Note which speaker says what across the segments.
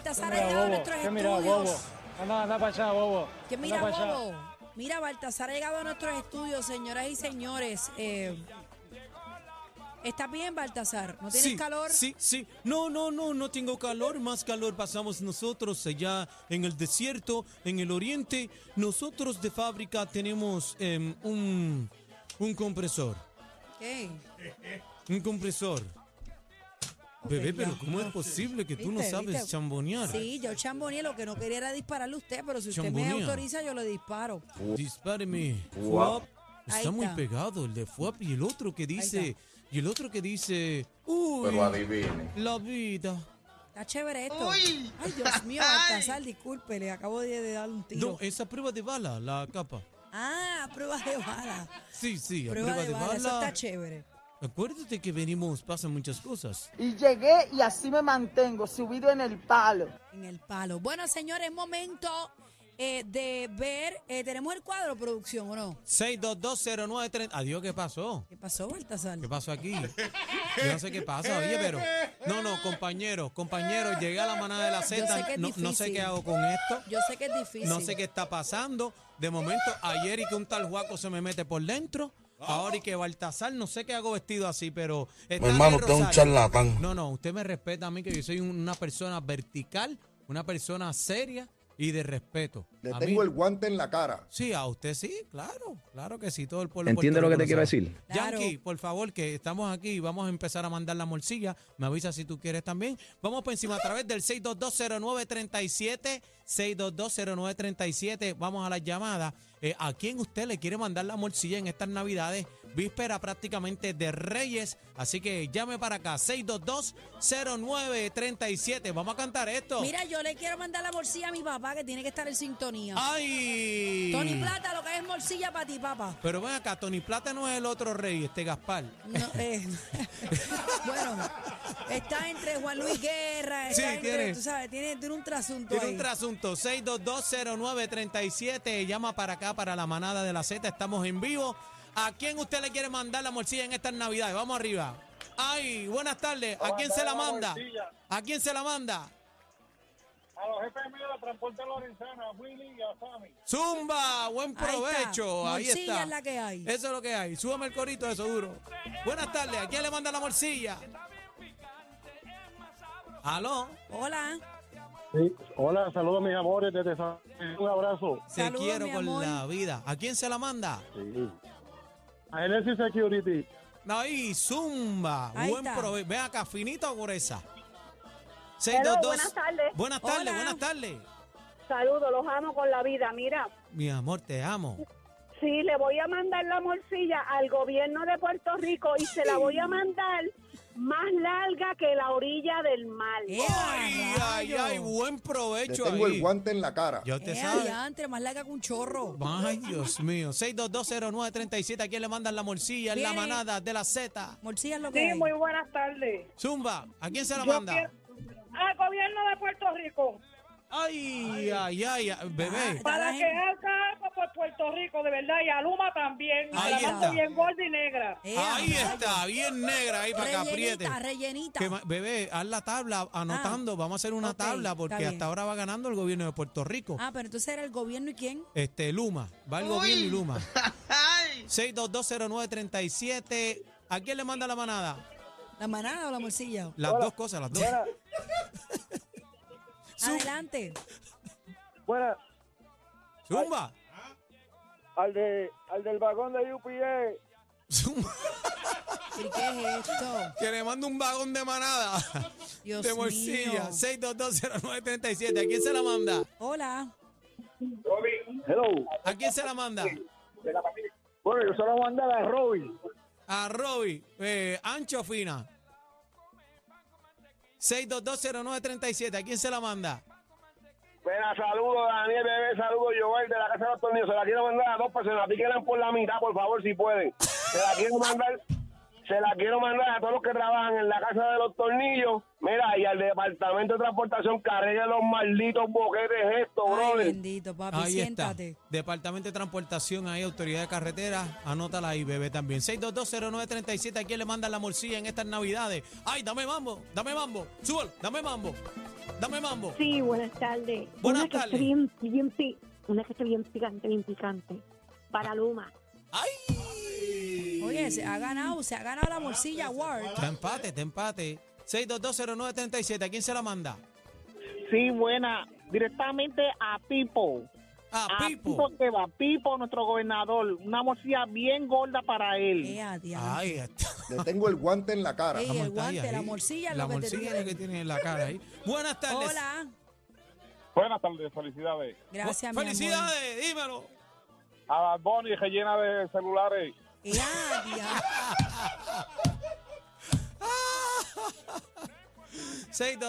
Speaker 1: eh, estar
Speaker 2: mira,
Speaker 1: al lado de
Speaker 2: bobo?
Speaker 1: nuestros
Speaker 2: ¿Qué mira, bobo?
Speaker 1: estudios.
Speaker 2: Anda, anda para allá, bobo.
Speaker 1: ¿Qué
Speaker 2: Anda
Speaker 1: mira,
Speaker 2: pa' allá.
Speaker 1: Bobo? Mira, Baltasar ha llegado a nuestros estudios, señoras y señores. Eh, ¿Estás bien, Baltasar? ¿No tienes
Speaker 3: sí,
Speaker 1: calor?
Speaker 3: Sí, sí. No, no, no, no tengo calor. Más calor pasamos nosotros allá en el desierto, en el oriente. Nosotros de fábrica tenemos em, un, un compresor.
Speaker 1: ¿Qué?
Speaker 3: Un compresor. Bebé,
Speaker 1: ya.
Speaker 3: pero ¿cómo es posible que tú no
Speaker 1: ¿Viste?
Speaker 3: sabes
Speaker 1: ¿Viste?
Speaker 3: chambonear?
Speaker 1: Sí, yo chamboneé, lo que no quería era dispararle a usted, pero si usted
Speaker 3: Chambonear.
Speaker 1: me autoriza, yo le disparo.
Speaker 3: Dispáreme. Fuap.
Speaker 4: Guap.
Speaker 1: Ahí
Speaker 3: Está muy
Speaker 1: está.
Speaker 3: pegado el de Fuap y el otro que dice. Y el otro que dice. Uy,
Speaker 4: Pero adivine.
Speaker 3: la vida.
Speaker 1: Está chévere esto. Ay, Dios mío, Baltasar, disculpe, le acabo de, de dar un tiro.
Speaker 3: No, eh. esa prueba de bala, la capa.
Speaker 1: Ah, prueba de bala.
Speaker 3: Sí, sí, a
Speaker 1: Prueba, de, bala. Eso está chévere.
Speaker 3: Acuérdate que venimos, pasan muchas cosas.
Speaker 5: Y llegué y así me mantengo, subido en el palo.
Speaker 1: En el palo. Bueno, señores, momento eh, de ver. eh, ¿Tenemos el cuadro, producción, o no?
Speaker 3: 6220930. Adiós, ¿qué pasó?
Speaker 1: ¿Qué pasó, Baltasar?
Speaker 3: ¿Qué pasó aquí? Yo no sé qué pasa, oye, pero. No, no, compañero, compañero, llegué a la manada de la
Speaker 1: sé que
Speaker 3: Z.
Speaker 1: es
Speaker 3: No, no sé
Speaker 1: difícil.
Speaker 3: qué hago con esto.
Speaker 1: Yo sé que es difícil.
Speaker 3: No sé qué está pasando. De momento, ayer y que un tal Juaco se me mete por dentro. Ahora y que Baltasar, no sé qué hago vestido así, pero. está
Speaker 6: Mi hermano,
Speaker 3: de
Speaker 6: usted es un
Speaker 3: Rosario.
Speaker 6: charlatán.
Speaker 3: No, no, usted me respeta a mí, que yo soy un- una persona vertical, una persona seria y de respeto.
Speaker 7: Le
Speaker 3: A
Speaker 7: tengo
Speaker 3: mí-
Speaker 7: el guante en la cara.
Speaker 3: Sí, a usted sí, claro, claro que sí, todo el pueblo.
Speaker 8: ¿Entiende lo que te quiero
Speaker 3: puertorriqueño
Speaker 8: decir?
Speaker 3: lo sabe. Yankee,
Speaker 1: Claro.
Speaker 3: por favor, que estamos aquí y vamos a empezar a mandar la morcilla. Me avisa si tú quieres también. Vamos por encima a través del 6220937, 6220937. Vamos a las llamadas. Eh, ¿A quién usted le quiere mandar la morcilla en estas navidades? Víspera prácticamente de Reyes. Así que llame para acá, 6220937. Vamos a cantar esto.
Speaker 1: Mira, yo le quiero mandar la morcilla a mi papá, que tiene que estar en sintonía.
Speaker 3: ¡Ay!
Speaker 1: Tony Plata, lo que es morcilla para ti, papá.
Speaker 3: Pero ven acá, Tony Plata no es el otro rey, este Gaspar.
Speaker 1: No, eh, bueno, está entre Juan Luis Guerra,
Speaker 3: Sí,
Speaker 1: está entre,
Speaker 3: tiene.
Speaker 1: tú sabes, tiene, tiene un trasunto
Speaker 3: Tiene
Speaker 1: ahí.
Speaker 3: un trasunto, 6220937, llama para acá, para la manada de la Z, estamos en vivo. ¿A quién usted le quiere mandar la morcilla en estas navidades? Vamos arriba. Ay, buenas tardes, ¿a quién se la manda? ¿A quién se la manda?
Speaker 9: A los jefes míos de Transporte Lorenzana, a Willy y a Sammy.
Speaker 3: Zumba, buen
Speaker 1: Ahí está,
Speaker 3: provecho. Ahí
Speaker 1: morcilla
Speaker 3: está.
Speaker 1: es la que hay.
Speaker 3: Eso es lo que hay. Súbame el corito, eso duro. Buenas tardes, ¿a quién le manda la morcilla? Aló.
Speaker 1: Hola,
Speaker 9: Hola, saludos mis amores desde San Un abrazo.
Speaker 3: Te
Speaker 1: Saludos,
Speaker 3: quiero
Speaker 1: mi
Speaker 3: con
Speaker 1: amor.
Speaker 3: la vida. ¿A quién se la manda?
Speaker 9: Sí. A Genesis Security.
Speaker 3: Ahí, Zumba.
Speaker 1: Ahí
Speaker 3: Buen
Speaker 1: está.
Speaker 3: prove. Ven acá, finita o gruesa.
Speaker 10: Hello,
Speaker 3: 622.
Speaker 10: buenas tardes.
Speaker 3: Buenas tardes,
Speaker 1: Hola.
Speaker 3: buenas tardes.
Speaker 10: Saludos, los amo con la vida. Mira,
Speaker 3: Mi amor, te amo.
Speaker 10: sí, le voy a mandar la morcilla al gobierno de Puerto Rico y se la voy a mandar más larga que la orilla del mar.
Speaker 1: ¡Eh,
Speaker 3: Ay, ay,
Speaker 1: rayo!
Speaker 3: ay, buen
Speaker 7: Le
Speaker 3: provecho
Speaker 7: tengo el
Speaker 3: ahí.
Speaker 7: guante en la cara.
Speaker 3: Yo te
Speaker 1: Eh,
Speaker 3: sabes.
Speaker 1: adiantre, más larga que un chorro.
Speaker 3: Ay, Dios mío. 6220937. ¿A quién le mandan la morcilla? En la
Speaker 1: Viene.
Speaker 3: manada de la Z.
Speaker 1: Morcilla es lo que
Speaker 10: Sí,
Speaker 1: hay.
Speaker 10: muy buenas tardes.
Speaker 3: Zumba, ¿a quién se la
Speaker 10: Yo
Speaker 3: manda?
Speaker 10: quiero- Al gobierno de Puerto Rico,
Speaker 3: Ay, ay, ay, ay, bebé.
Speaker 1: Ah,
Speaker 10: para
Speaker 1: la
Speaker 10: que
Speaker 1: gente-
Speaker 10: haga algo por Puerto Rico, de verdad, y a Luma también.
Speaker 1: Ah,
Speaker 3: Ahí
Speaker 10: la
Speaker 3: está.
Speaker 10: mando bien gorda y negra.
Speaker 1: Eh,
Speaker 3: ahí
Speaker 1: rayo.
Speaker 3: está, bien negra ahí para que apriete.
Speaker 1: Rellenita, rellenita.
Speaker 3: Que ma- bebé, haz la tabla anotando. Vamos a hacer una
Speaker 1: Ah, ok,
Speaker 3: tabla
Speaker 1: está
Speaker 3: porque
Speaker 1: bien.
Speaker 3: hasta ahora va ganando el gobierno de Puerto Rico.
Speaker 1: Ah, pero entonces era el gobierno y quién.
Speaker 3: Este, Luma. Va el gobierno y Luma. 6220937. ¿A quién le manda la manada?
Speaker 1: ¿La manada o la morcilla?
Speaker 3: Las dos cosas, las dos. Zum-
Speaker 1: Adelante.
Speaker 9: Buenas.
Speaker 3: Zumba.
Speaker 9: Al, de, al del vagón de UPA.
Speaker 3: Zumba.
Speaker 1: ¿Y qué es esto?
Speaker 3: Que le manda un vagón de manada.
Speaker 1: Dios
Speaker 3: de
Speaker 1: mío.
Speaker 3: morcilla. 6220937. ¿A quién se la manda?
Speaker 1: Hola.
Speaker 9: Hello.
Speaker 3: ¿A quién se la manda?
Speaker 9: Bueno, yo se lo mandé a Robin.
Speaker 3: A Roby, eh, Ancho Fina. 6220937. ¿A quién se la manda?
Speaker 9: Buenas, saludos Daniel, bebé, saludos Joel de la Casa de los Tornillos. Se la quiero mandar a dos personas. Píquenla por la mitad, por favor, si pueden. Se la quiero mandar. Se la quiero mandar a todos los que trabajan en la casa de los tornillos. Mira, y al departamento de transportación que arregle los malditos boquetes estos,
Speaker 1: Ay,
Speaker 9: brother.
Speaker 1: bendito, papi,
Speaker 3: Ahí
Speaker 1: siéntate.
Speaker 3: está. Departamento de Transportación, ahí Autoridad de Carretera. Anótala ahí, bebé, también. 6220937. ¿A quién le mandan la morcilla en estas navidades? Ay, dame mambo, dame mambo. Súbalo, dame mambo. Dame mambo.
Speaker 4: Sí, buenas tardes.
Speaker 3: Buenas
Speaker 4: una que
Speaker 3: tardes.
Speaker 4: esté bien, bien, pi- una que esté bien picante, bien picante. Para Luma.
Speaker 3: ¡Ay!
Speaker 1: Oye, se ha ganado, se ha ganado la morcilla award.
Speaker 3: Está empate, está empate. 6220937, ¿a quién se la manda?
Speaker 6: Sí, buena. Directamente a Pipo.
Speaker 3: A
Speaker 6: A Pipo
Speaker 3: Pipo.
Speaker 6: que va. Pipo, nuestro gobernador. Una morcilla bien gorda para él.
Speaker 1: Ea, diablo.
Speaker 3: Ay, está.
Speaker 7: Le tengo el guante en la cara.
Speaker 1: Ey,
Speaker 3: la
Speaker 1: el
Speaker 3: montaña
Speaker 1: guante, la
Speaker 3: ahí.
Speaker 1: morcilla,
Speaker 3: La
Speaker 1: lo que te
Speaker 3: morcilla es lo que
Speaker 1: tiene.
Speaker 3: tiene en la cara ahí. Buenas tardes.
Speaker 1: Hola,
Speaker 9: Buenas tardes, felicidades.
Speaker 1: gracias, mi amor.
Speaker 3: Felicidades, dímelo.
Speaker 9: A Bad Bunny rellena de celulares.
Speaker 1: Ea, diablo.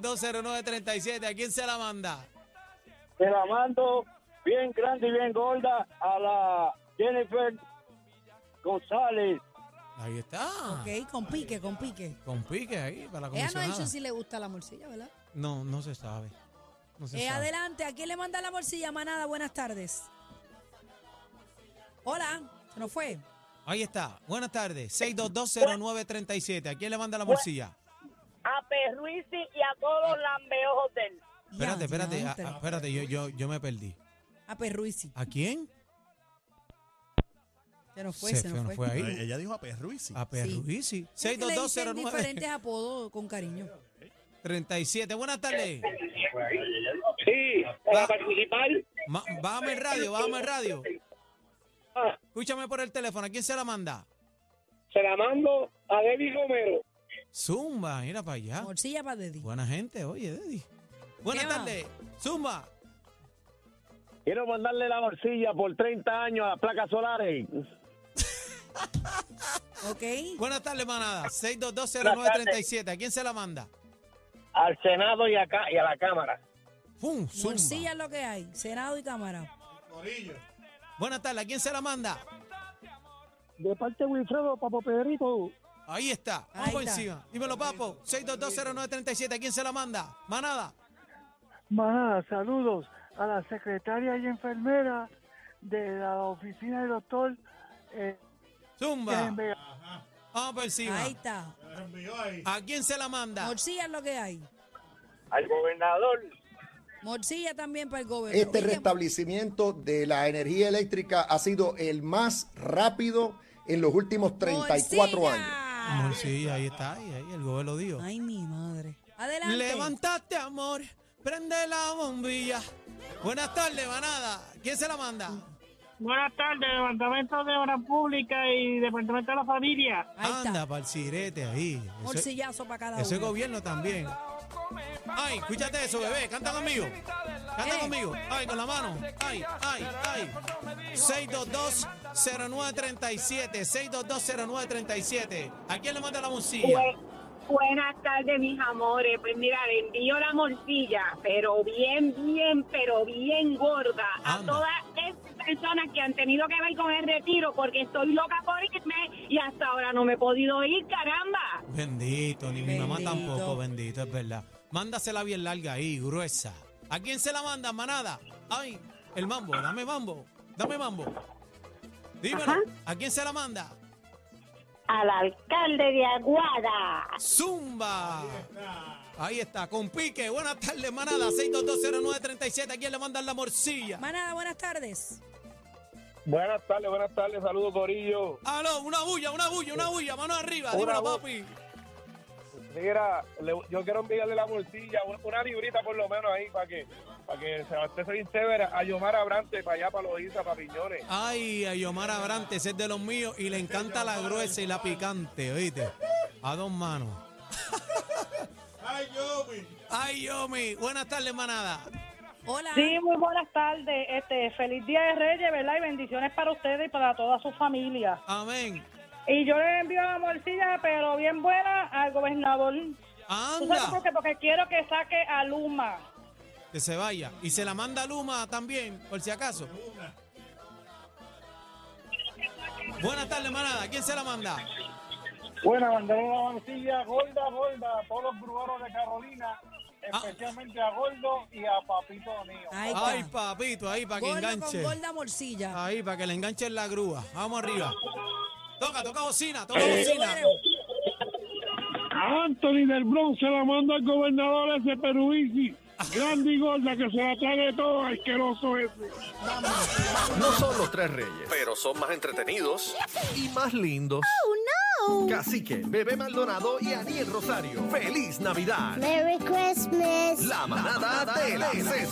Speaker 3: 6220937, ¿a quién se la manda?
Speaker 9: Te la mando bien grande y bien gorda a la Jennifer González.
Speaker 3: Ahí está.
Speaker 1: Ok, con pique, con pique.
Speaker 3: Con pique ahí
Speaker 1: Ella no
Speaker 3: para la
Speaker 1: ha
Speaker 3: comisionada.
Speaker 1: dicho si le gusta la morcilla, ¿verdad?
Speaker 3: No, no se sabe. No se
Speaker 1: Eh,
Speaker 3: sabe.
Speaker 1: adelante, ¿a quién le manda la morcilla, manada? Buenas tardes. Hola, se nos fue.
Speaker 3: Ahí está. Buenas tardes. 6220937. ¿A quién le manda la morcilla?
Speaker 10: A Perruisi y a todos lambeojos del.
Speaker 3: Espérate,
Speaker 1: Ya,
Speaker 3: espérate.
Speaker 1: diantre.
Speaker 3: a- a- espérate, yo, yo, yo me perdí.
Speaker 1: A Perruisi.
Speaker 3: ¿A quién?
Speaker 1: Se nos fue, se, nos fue.
Speaker 3: ahí.
Speaker 8: Ella dijo a Perruisi.
Speaker 3: A Perruisi.
Speaker 1: Es que le dicen
Speaker 3: 6220937.
Speaker 1: diferentes apodos con cariño.
Speaker 3: 37. Buenas tardes.
Speaker 9: Sí,
Speaker 3: para
Speaker 9: participar.
Speaker 3: Ma- bájame el radio, bájame el radio. Escúchame por el teléfono. ¿A quién se la manda?
Speaker 9: Se la mando a Debbie Romero.
Speaker 3: Zumba, mira para allá.
Speaker 1: Morcilla para Deddy.
Speaker 3: Buena gente, oye, Deddy. Buenas
Speaker 1: Eva.
Speaker 3: tardes. Zumba.
Speaker 9: Quiero mandarle la morcilla por 30 años a las placas solares.
Speaker 1: Ok.
Speaker 3: Buenas tardes, manada. 6220937. ¿A quién se la manda?
Speaker 9: Al Senado y, acá, y a la Cámara.
Speaker 3: ¡Pum! Zumba.
Speaker 1: Morcilla es lo que hay. Senado y cámara.
Speaker 3: Buenas tardes. ¿A quién se la manda?
Speaker 6: De parte de Wilfredo, Papo Pedrito.
Speaker 3: Ahí está.
Speaker 1: Ahí
Speaker 3: Vamos por
Speaker 1: está.
Speaker 3: encima. Dímelo, papo. 6220937. ¿A quién se la manda? Manada.
Speaker 6: Más saludos a la secretaria y enfermera de la oficina del doctor.
Speaker 3: Zumba. Vamos por encima.
Speaker 1: Ahí está.
Speaker 3: ¿A quién se la manda?
Speaker 1: Morcilla es lo que hay.
Speaker 9: Al gobernador.
Speaker 1: Morcilla también para el gobierno.
Speaker 7: Este restablecimiento de la energía eléctrica ha sido el más rápido en los últimos 34 años.
Speaker 3: Amor, sí, ahí está. Ahí, ahí, el gobierno dijo.
Speaker 1: Ay, mi madre. Adelante.
Speaker 3: Levantate, amor. Prende la bombilla. Buenas tardes, manada. ¿Quién se la manda?
Speaker 6: Buenas tardes, Departamento de Obras Públicas y Departamento de la Familia.
Speaker 1: Ahí
Speaker 3: Anda,
Speaker 1: está.
Speaker 3: para el cirete ahí. Eso es-
Speaker 1: Morcillazo para cada
Speaker 3: Ese
Speaker 1: uno.
Speaker 3: gobierno también. Ay, escúchate eso, bebé. Canta conmigo. Canta
Speaker 1: Eh.
Speaker 3: conmigo. Ay, con la mano. Ay, ay, ay. 622-0937. 622-0937. ¿A quién le manda la morcilla?
Speaker 10: Buenas tardes, mis amores. Pues mira, le envío la morcilla, pero bien, bien, pero bien gorda
Speaker 3: Anda.
Speaker 10: a todas esas personas que han tenido que ver con el retiro, porque estoy loca por irme y hasta ahora no me he podido ir, caramba.
Speaker 3: Bendito, ni mi mamá
Speaker 1: Bendito.
Speaker 3: tampoco. Bendito, es verdad. Mándasela bien larga ahí, gruesa. ¿A quién se la manda, manada? Ay, el mambo. Dame mambo. Dame mambo. Dímelo.
Speaker 4: Ajá.
Speaker 3: ¿A quién se la manda?
Speaker 4: Al alcalde de Aguada.
Speaker 3: Zumba. Ahí está, con pique. Buenas tardes, manada. 6220937. ¿A quién le mandan la morcilla?
Speaker 1: Manada, buenas tardes.
Speaker 9: Buenas tardes, buenas tardes. Saludos, Corillo.
Speaker 3: Aló, una bulla, una bulla, una bulla. Mano arriba.
Speaker 9: Una
Speaker 3: Dímelo,
Speaker 9: bu-
Speaker 3: papi.
Speaker 9: Mira, le- yo quiero enviarle la bolsilla, una, una librita por lo menos ahí para que, para que se abastece bien chévere a Yomar Abrante para allá, para los Isa, para Piñones.
Speaker 3: Ay, a Yomar Abrante, ese es de los míos y le encanta la gruesa y la picante, ¿oíste? A dos manos. Ay, Yomi. Buenas tardes, manada.
Speaker 1: Hola.
Speaker 6: Sí, muy buenas tardes. Este, feliz Día de Reyes, ¿verdad? Y bendiciones para ustedes y para toda su familia.
Speaker 3: Amén.
Speaker 6: Y yo le envío la morcilla, pero bien buena, al gobernador. ¿Tú sabes por
Speaker 3: Anda,
Speaker 6: qué? Porque quiero que saque a Luma.
Speaker 3: que se vaya. Y se la manda Luma también, por si acaso. Buenas tardes, manada. ¿Quién se la manda?
Speaker 9: Bueno, mandaron una bolsilla gorda, gorda a todos los grueros de Carolina, especialmente a Gordo y a Papito Mío.
Speaker 1: Ahí está.
Speaker 3: Ay, papito, ahí para que
Speaker 1: Gordo
Speaker 3: enganche. Ah.
Speaker 1: con gorda morcilla.
Speaker 3: Ahí para que le enganche en la grúa. Vamos arriba. Toca, toca bocina, toca
Speaker 1: Tú
Speaker 3: bocina.
Speaker 1: eres-
Speaker 9: A Anthony del Bronx se la manda al gobernador ese Peruisi
Speaker 6: Grande y gorda que se la trague todo, asqueroso ese.
Speaker 8: No son los tres reyes, pero son más entretenidos y más lindos. ¡Oh, no! Cacique, Bebé Maldonado y Aniel Rosario. ¡Feliz Navidad!
Speaker 11: Merry Christmas.
Speaker 8: La manada de la Z.